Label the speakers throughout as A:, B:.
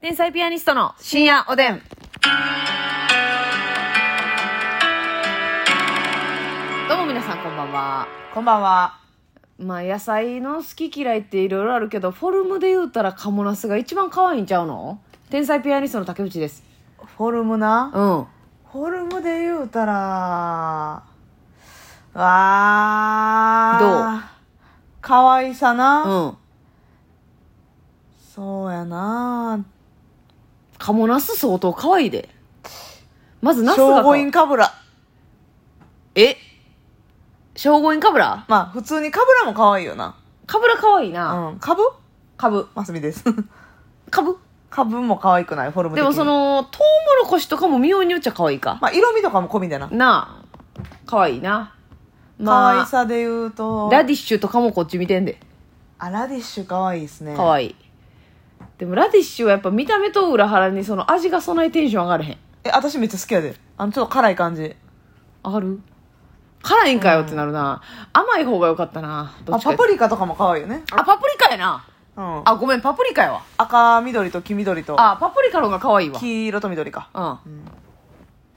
A: 天才ピアニストの深夜おでん。どうも皆さんこんばんは。
B: こんばんは。
A: まあ野菜の好き嫌いっていろいろあるけど、フォルムで言うたらカモナスが一番可愛いんちゃうの天才ピアニストの竹内です。
B: フォルムな。
A: うん。
B: フォルムで言うたら、わー。
A: ど
B: 可愛さな。
A: うん。
B: そうやな。
A: カモナス相当可愛いで。まずナス
B: 聖
A: が
B: 護院かぶら。
A: え聖護院カブラ
B: まあ、普通にかぶらも可愛いよな。
A: カブラ可愛いな。
B: うん。かぶ
A: カブ。
B: ますみです。
A: カブ
B: かぶも可愛くない、フォルム
A: で
B: 的に
A: もそ、の、トウモロコシとかも妙によっちゃ可愛いか。
B: まあ、色味とかも込みでな。
A: なあ可愛いな
B: 可
A: ま
B: 愛
A: あ
B: さで言うと、
A: ラディッシュとかもこっち見てんで
B: あ、ラディッシュ可愛いですね。
A: 可愛いでもラディッシュはやっぱ見た目と裏腹にその味がそないテンション上がれへん
B: え、私めっちゃ好きやで。あの、ちょっと辛い感じ。
A: 上がる辛いんかよってなるな、甘い方が良かったなど
B: あ、
A: っちか
B: パ
A: やった
B: プリカとかも可愛いよね。
A: らあパプリカやな
B: うん。
A: あごめんパプリカやわ
B: 赤、緑と黄緑と。
A: あパプリカの方が可愛いわ
B: 黄色と緑か
A: うん、
B: うん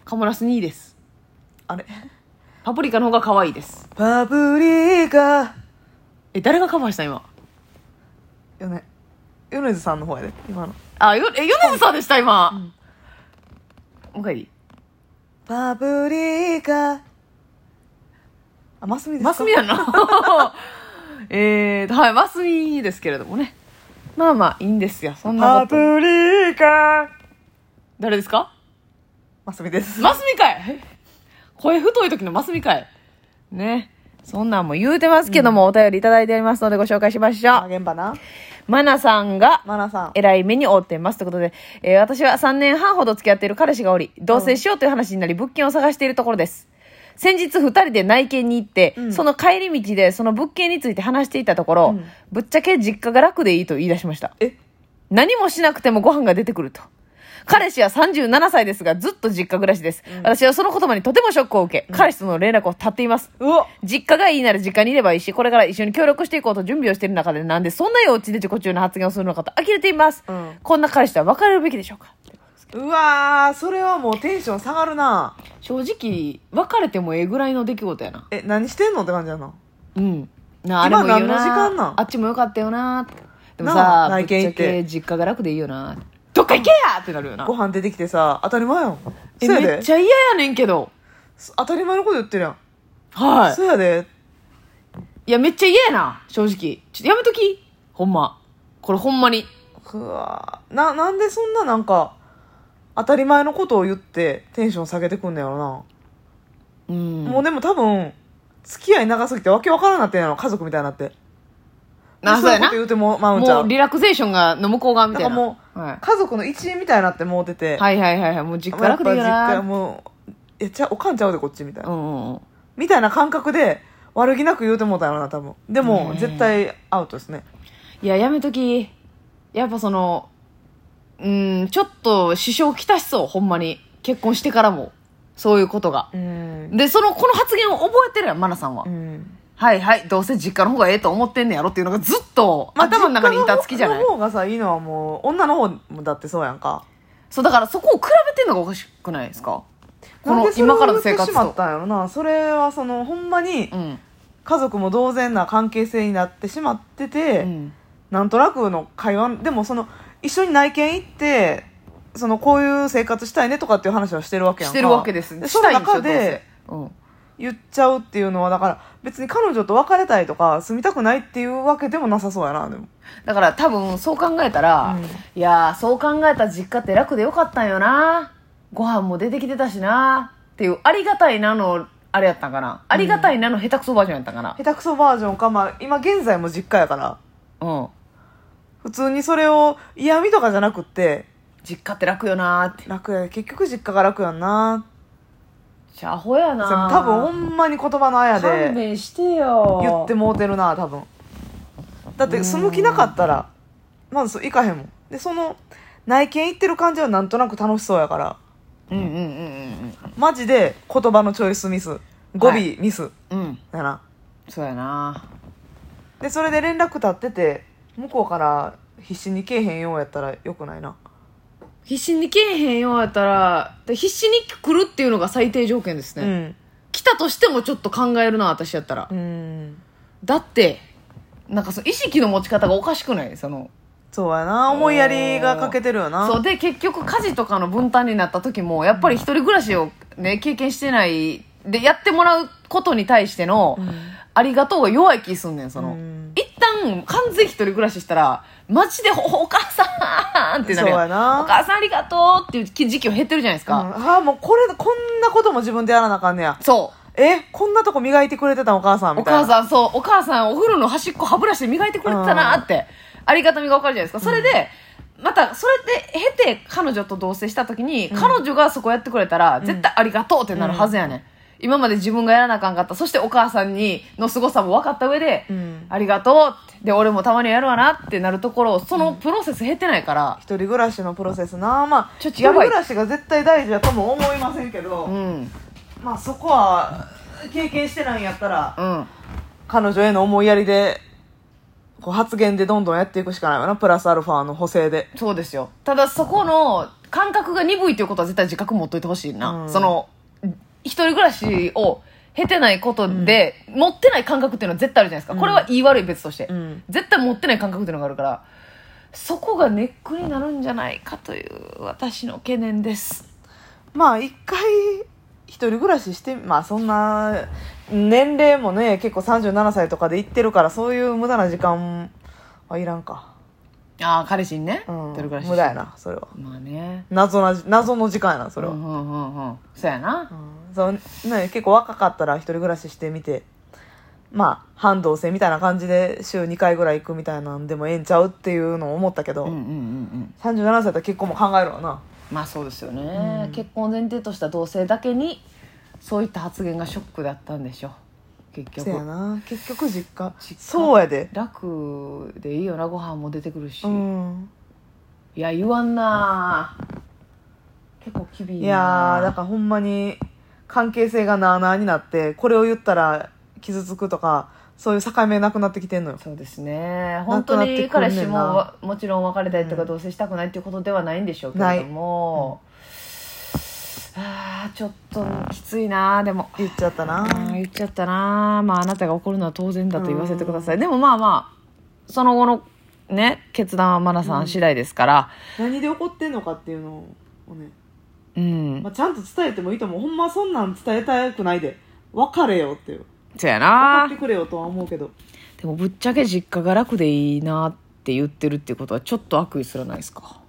A: カモラス2位です
B: あれ
A: パプリカの方が可愛いです
B: パプリカ
A: え誰がカバーした今
B: よね米津さんの方やで今の
A: あよえ米津さんでした今、もう一回いい
B: パプリカあマスミですか
A: マスミやん な。えーと、はい、マスミですけれどもね。まあまあ、いいんですよ。そんな
B: パ
A: こと。
B: プリカ
A: 誰ですか
B: マスミです
A: マスミかい声太い時のマスミかいね。そんなんも言うてますけども、お便りいただいておりますのでご紹介しましょ
B: あ
A: う。
B: 現場な
A: マナさんが、
B: マナさん
A: えらい目に負ってますということで、えー私は3年半ほど付き合っている彼氏がおり同棲しようという話になり物件を探しているところです先日2人で内見に行って、
B: うん
A: その帰り道でその物件について話していたところ、
B: うん
A: ぶっちゃけ実家が楽でいいと言い出しました
B: え
A: 何もしなくてもご飯が出てくると彼氏は37歳ですがずっと実家暮らしです、私はその言葉にとてもショックを受け、彼氏との連絡を絶っています
B: うわ
A: 実家がいいなら実家にいればいいし、これから一緒に協力していこうと準備をしている中で、なんでそんな幼稚で自己中な発言をするのかと呆れています。
B: うん
A: こんな彼氏とは別れるべきでしょうか
B: うわーそれはもうテンション下がるな
A: 正直、別れてもええぐらいの出来事やな。
B: え何してんのって感じやな
A: うん。なあ、あれ
B: 今
A: もいいよな。
B: 何の時間なん
A: あっちもよかったよな。でも
B: な
A: さ、
B: あ
A: ぶっ
B: 内
A: ち
B: 見
A: ゃ
B: 行って
A: け実家が楽でいいよな。どっか行けやってなるよな
B: ご。飯出てきてさ当たり前やん
A: え、
B: そや
A: めっ
B: で
A: ちゃ嫌やねんけど。
B: 当たり前のこと言ってるやん
A: は
B: そやで
A: い。いや、めっちゃ嫌やな。正直。ちょっとやめとき。ほんま。これほんまに。
B: うわななんでそんななんか当たり前のことを言ってテンション下げてくんねやろ
A: うん。
B: な、もうでも多分付き合い長すぎてわけわからんなってんやろ家族みたいになって
A: な
B: で
A: そうやな
B: こと言うてもマウンちゃ
A: もうんリラクゼーションがの向こう側みたいな。
B: だからもう
A: はい、
B: 家族の一員みたいになってもうてて、
A: はいはいはいはい。もう実家
B: やっ
A: 楽で
B: ぱ
A: いい
B: 実
A: よ
B: 家
A: な。
B: もういやちゃおかんちゃうでこっちみたいな、
A: うんうんうん。
B: みたいな感覚で悪気なく言うてもうたんやろな多分でも
A: ねえ
B: 絶対アウトですね
A: いや、やめとき。やっぱその、うん、ちょっと支障きたしそう、ほんまに。結婚してからも。そういうことが。
B: うん
A: で、その、この発言を覚えてるやん、マナさんは。
B: うん
A: はいはい、どうせ実家の方がええと思ってんねやろっていうのがずっと、頭の中にいたつきじゃない
B: 実家の方がさいいのはもう女の方もだってそうやんか
A: そう、だからそこを比べてんのがおかしくないですかこ
B: なん
A: の
B: で、それを
A: 今からの生活
B: 言ってしまっ
A: と。
B: たんやろなそれはそのほんまに
A: うん。
B: 家族も同然な関係性になってしまってて、
A: うん。
B: なんとなくの会話でもその一緒に内見行ってそのこういう生活したいねとかっていう話はしてるわけや
A: し
B: んか
A: てるわけです。し
B: そ
A: た
B: の
A: いんですよ、ど
B: 中
A: うせ
B: で。
A: うん。
B: 言っちゃうっていうのはだから別に彼女と別れたいとか住みたくないっていうわけでもなさそうやなでも
A: だから多分そう考えたら、
B: うん
A: いやーそう考えたら実家って楽でよかったんよなご飯も出てきてたしなっていうありがたいなのあれやったんかなありがたいなの下手くそバージョンやったんかな
B: 下手くそバージョンかまあ今現在も実家やから
A: うん
B: 普通にそれを嫌味とかじゃなくって
A: 実家って楽よなーって
B: 楽や結局実家が楽やんな
A: じゃアホやな
B: それも多分ほんまに言葉のあや
A: 勘
B: で
A: 弁してよ
B: 言ってもうてるな多分だって住む気なかったらまずそう行かへんもんでその内見行ってる感じはなんとなく楽しそうやから
A: うんうんうん
B: マジで言葉のチョイスミス語尾
A: はい
B: ミス
A: うんうん
B: だな、
A: そうやな
B: でそれで連絡立ってて向こうから必死にけえへんようやったらよくないな
A: 必死に来えへんようやったらで必死に来るっていうのが最低条件ですね、
B: うん
A: 来たとしてもちょっと考えるな私やったら、
B: うん
A: だってなんかその意識の持ち方がおかしくないその
B: そうやな思いやりが欠けてるよな
A: そうで結局家事とかの分担になった時もやっぱり一人暮らしを、ね、経験してないでやってもらうことに対しての、ありがとうが弱い気すんねんその、
B: うん
A: 一旦完全一人暮らししたらマジでおお母さんってなるやん
B: そうやな
A: お母さんありがとうっていう時期を減ってるじゃないです
B: うん
A: か、
B: ああもうこれこんなことも自分でやらなあかんねや
A: そう
B: えこんなとこ磨いてくれてたんお母さん
A: お
B: みたいな
A: 母さん、そう、お母さん、お風呂の端っこ歯ブラシで磨いてくれてたなって、ありがたみがわかるじゃないですか。それで、また、それで、経て彼女と同棲した時に、彼女がそこやってくれたら、絶対ありがとうってなるはずやねん。今まで自分がやらなあかんかった。そしてお母さんに、の凄さも分かった上で、
B: うん
A: ありがとうって。で、俺もたまにやるわなってなるところ、そのプロセス減ってないから、
B: 一人暮らしのプロセスなまあ
A: ちょっと
B: 一人
A: やばい
B: 暮らしが絶対大事だとも思いませんけど、
A: うん、
B: まあそこは経験してないんやったら
A: うん。
B: 彼女への思いやりでこう発言でどんどんやっていくしかないよなプラスアルファの補正で
A: そうですよただそこの感覚が鈍いということは絶対自覚持っといてほしいな、
B: うん
A: その一人暮らしを経てないことで、持ってない感覚っていうのは絶対あるじゃないですか、これは言い悪い別として、
B: うん
A: 絶対持ってない感覚っていうのがあるからそこがネックになるんじゃないかという私の懸念です
B: まあ一回一人暮らししてまあそんな年齢もね結構37歳とかで行ってるからそういう無駄な時間はいらんか、
A: ああ彼氏にね、
B: うん、
A: 一人暮らしして
B: 無駄やなそれは
A: まあね
B: 謎な謎の時間やなそれは、
A: うんうんうんうんそうやな、
B: うんそうね、結構若かったら一人暮らししてみてまあ半同棲みたいな感じで週2回ぐらい行くみたいなんでもええんちゃうっていうのを思ったけど、
A: うん、うんうんうん
B: 37歳と結婚も考えるわな
A: まあそうですよね、結婚を前提とした同性だけにそういった発言がショックだったんでしょう結
B: せや
A: 局
B: な結局実家
A: 実家
B: そうやで
A: 楽でいいよなご飯も出てくるし、
B: うん
A: いや言わんな結構厳しい
B: いやーだ
A: か
B: からほんまに関係性がなあなあになってこれを言ったら傷つくとかそういう境目なくなってきてんのよ
A: そうですね
B: な
A: 本
B: くな
A: 当
B: ってくんねんな
A: に彼氏ももちろん別れたりとか同棲したくないっていうことではないんでしょうけれども、あーちょっときついなでも
B: 言っちゃったな
A: あー言っちゃったなまああなたが怒るのは当然だと言わせてくださいでもまあまあその後のね決断はマナさん次第ですから
B: 何で怒ってんのかっていうのをね
A: うん、
B: まあ、ちゃんと伝えてもいいと思うほんまそんなん伝えたくないで別れよっていう
A: そうや
B: 分かっ
A: な
B: てくれよとは思うけど
A: でもぶっちゃけ実家が楽でいいなって言ってるってことはちょっと悪意すらないですか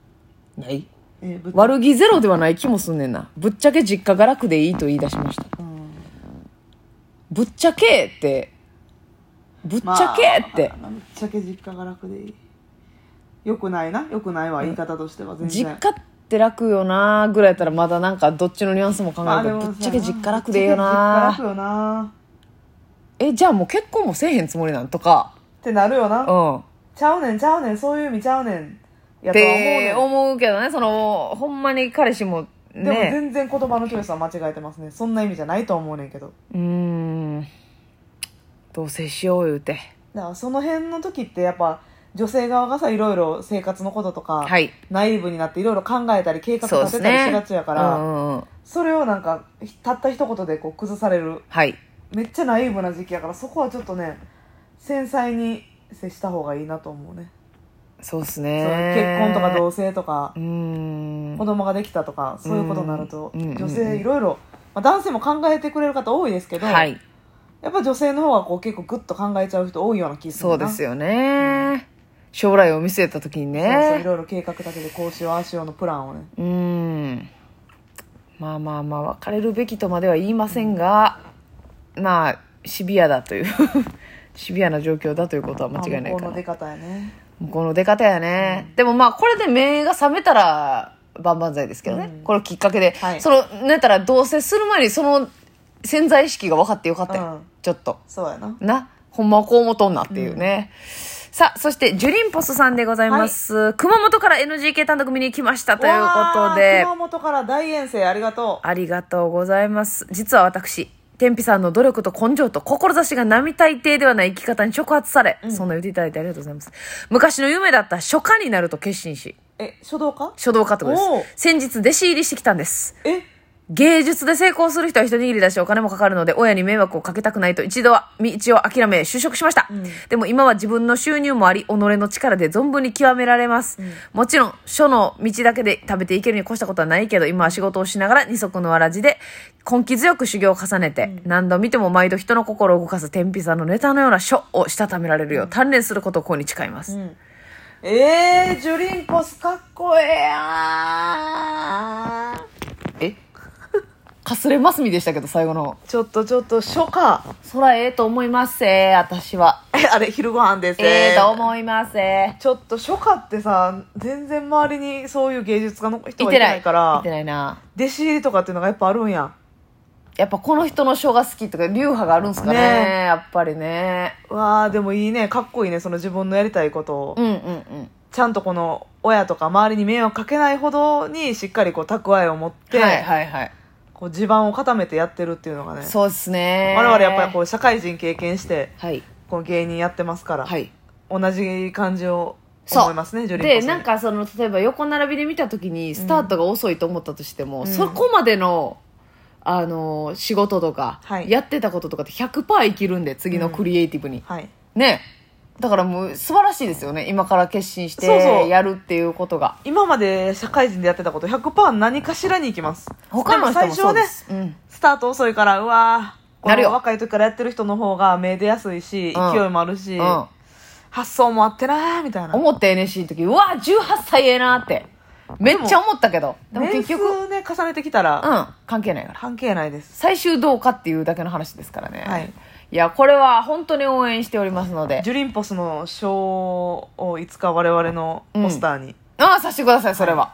A: ない
B: えぶっ
A: 悪気ゼロではない気もすんねんなぶっちゃけ実家が楽でいいと言い出しました
B: うん
A: ぶっちゃけってぶっち
B: まあ
A: ゃけって、
B: まあぶっちゃけ実家が楽でいいよくないなよくないわ言い方としては全
A: 実
B: 然
A: 家って楽よなぐらいやったらまだなんかどっちのニュアンスも考え
B: まあ
A: るけ
B: で
A: ど
B: も
A: ぶ
B: さ
A: っちゃけ実家楽でいいよな
B: ぶっちゃけ実家楽よな
A: えじゃあもう結婚もせえへんつもりなんとか
B: ってなるよな
A: うんっ
B: ちゃうねんちゃうねんそういう意味ちゃうねんやとは思うね
A: て
B: ん
A: 思うけどねそのほんまに彼氏も
B: でも
A: ね
B: 全然言葉のチョイスは間違えてますねそんな意味じゃないと思うねんけど
A: うーん同棲しよう言うて
B: だからその辺の時ってやっぱ女性側がさいろいろ生活のこととか、
A: はい
B: 内部になっていろいろ考えたり計画
A: そうです
B: 立てたり
A: ね
B: しがちやか
A: う
B: ら
A: んうんうん
B: そ,、れをなんかひたった一言でこう崩される
A: はい
B: めっちゃナイーブな時期やからそこはちょっとね繊細に接した方がいいなと思うね、
A: そうっす
B: そう
A: ね
B: 結婚とか同
A: う
B: 棲とか
A: うーん
B: 子供ができたとかそういうことになると
A: うんうん
B: 女性いろいろ、まあ、男性も考えてくれる方多いですけど、
A: はい
B: やっぱ女性の方がこう結構グッと考えちゃう人多いような気する
A: そうですよね将来を見据えた時に
B: ねそうそうい
A: ね
B: ろいろ計画立ててこうしようああしようのプランをね
A: うーんまあまあまあ別れるべきとまでは言いませんがまあシビアだという シビアな状況だということは間違いない
B: まあ向こ
A: か
B: う
A: な
B: の出方やね
A: 向こうの出方やね、でもまあこれで目が覚めたら万々歳ですけどね、
B: うん
A: これをきっかけで、
B: はい
A: その寝たら同棲する前にその潜在意識が分かってよかったよ、
B: うん
A: ちょっと
B: そうやな
A: なほんまはこう思とんなっていうね、さあそしてジュリンポスさんでございます、熊本から NGK 単独見に来ましたということ
B: わー
A: で
B: 熊本から大遠征ありがとう
A: ありがとうございます実は私天日さんの努力と根性と志が並大抵ではない生き方に触発され、そんな言っていただいてありがとうございます昔の夢だった初夏になると決心し
B: え書道家
A: 書道家ってこと
B: お
A: で
B: う
A: す先日弟子入りしてきたんです
B: え
A: 芸術で成功する人は一握りだしお金もかかるので親に迷惑をかけたくないと一度は道を諦め就職しました、でも今は自分の収入もあり己の力で存分に極められます、もちろん書の道だけで食べていけるに越したことはないけど今は仕事をしながら二足のわらじで根気強く修行を重ねて、何度見ても毎度人の心を動かす天秤さんのネタのような書をしたためられるよう鍛錬することをここに誓います、
B: えー、ジュリンコスかっこええやん
A: えかすれますみでしたけど最後の
B: ちょっとちょっと書か
A: 「そらええと思いますせ私は」
B: えあれ昼ご飯です
A: ええと思いますえ
B: ちょっと書家ってさ全然周りにそういう芸術家の人
A: い
B: が
A: て
B: いて
A: な
B: ないいから
A: いてないな
B: 弟子入りとかっていうのがやっぱあるんや
A: やっぱこの人の書が好きとか流派があるんですかね
B: ね
A: やっぱりね
B: うわーでもいいねかっこいいねその自分のやりたいことを、
A: うんうんうん
B: ちゃんとこの親とか周りに迷惑かけないほどにしっかりこう蓄えを持って、
A: はいはいはい、
B: こう地盤を固めてやってるっていうのがね
A: そうですね
B: 我々やっぱりこう社会人経験して
A: はい
B: こう芸人やってますから、
A: はい
B: 同じ感じを
A: そう
B: 思いますねジョリンコ
A: で
B: さん
A: なんかその例えば横並びで見た時にスタートが遅いと思ったとしても、そこまでのあの仕事とか、
B: はい
A: やってたこととかって100%生きるんで次のクリエイティブに、
B: はい
A: ねだからもう素晴らしいですよね今から決心し
B: そうそ
A: て
B: う
A: やるっていうことが
B: 今まで社会人でやってたこと100%何かしらに行きます
A: 他の人もそうで
B: でも最初はね
A: す、うん
B: スタート遅いからうわー
A: なるよ
B: この若い時からやってる人の方が目出やすいし、
A: うん
B: 勢いもあるし、
A: うん
B: 発想もあってなーみたい な
A: 思った NSC の時うわ18歳ええなってめっちゃ思ったけどでも
B: 年
A: 結局
B: 数ね重ねてきたら、
A: うん関係ないから
B: 関係ないです
A: 最終どうかっていうだけの話ですからね、
B: はい、
A: やこれは本当に応援しておりますので
B: ジュリンポスの賞をいつか我々のポスターに、
A: ああさせてくださいそれは、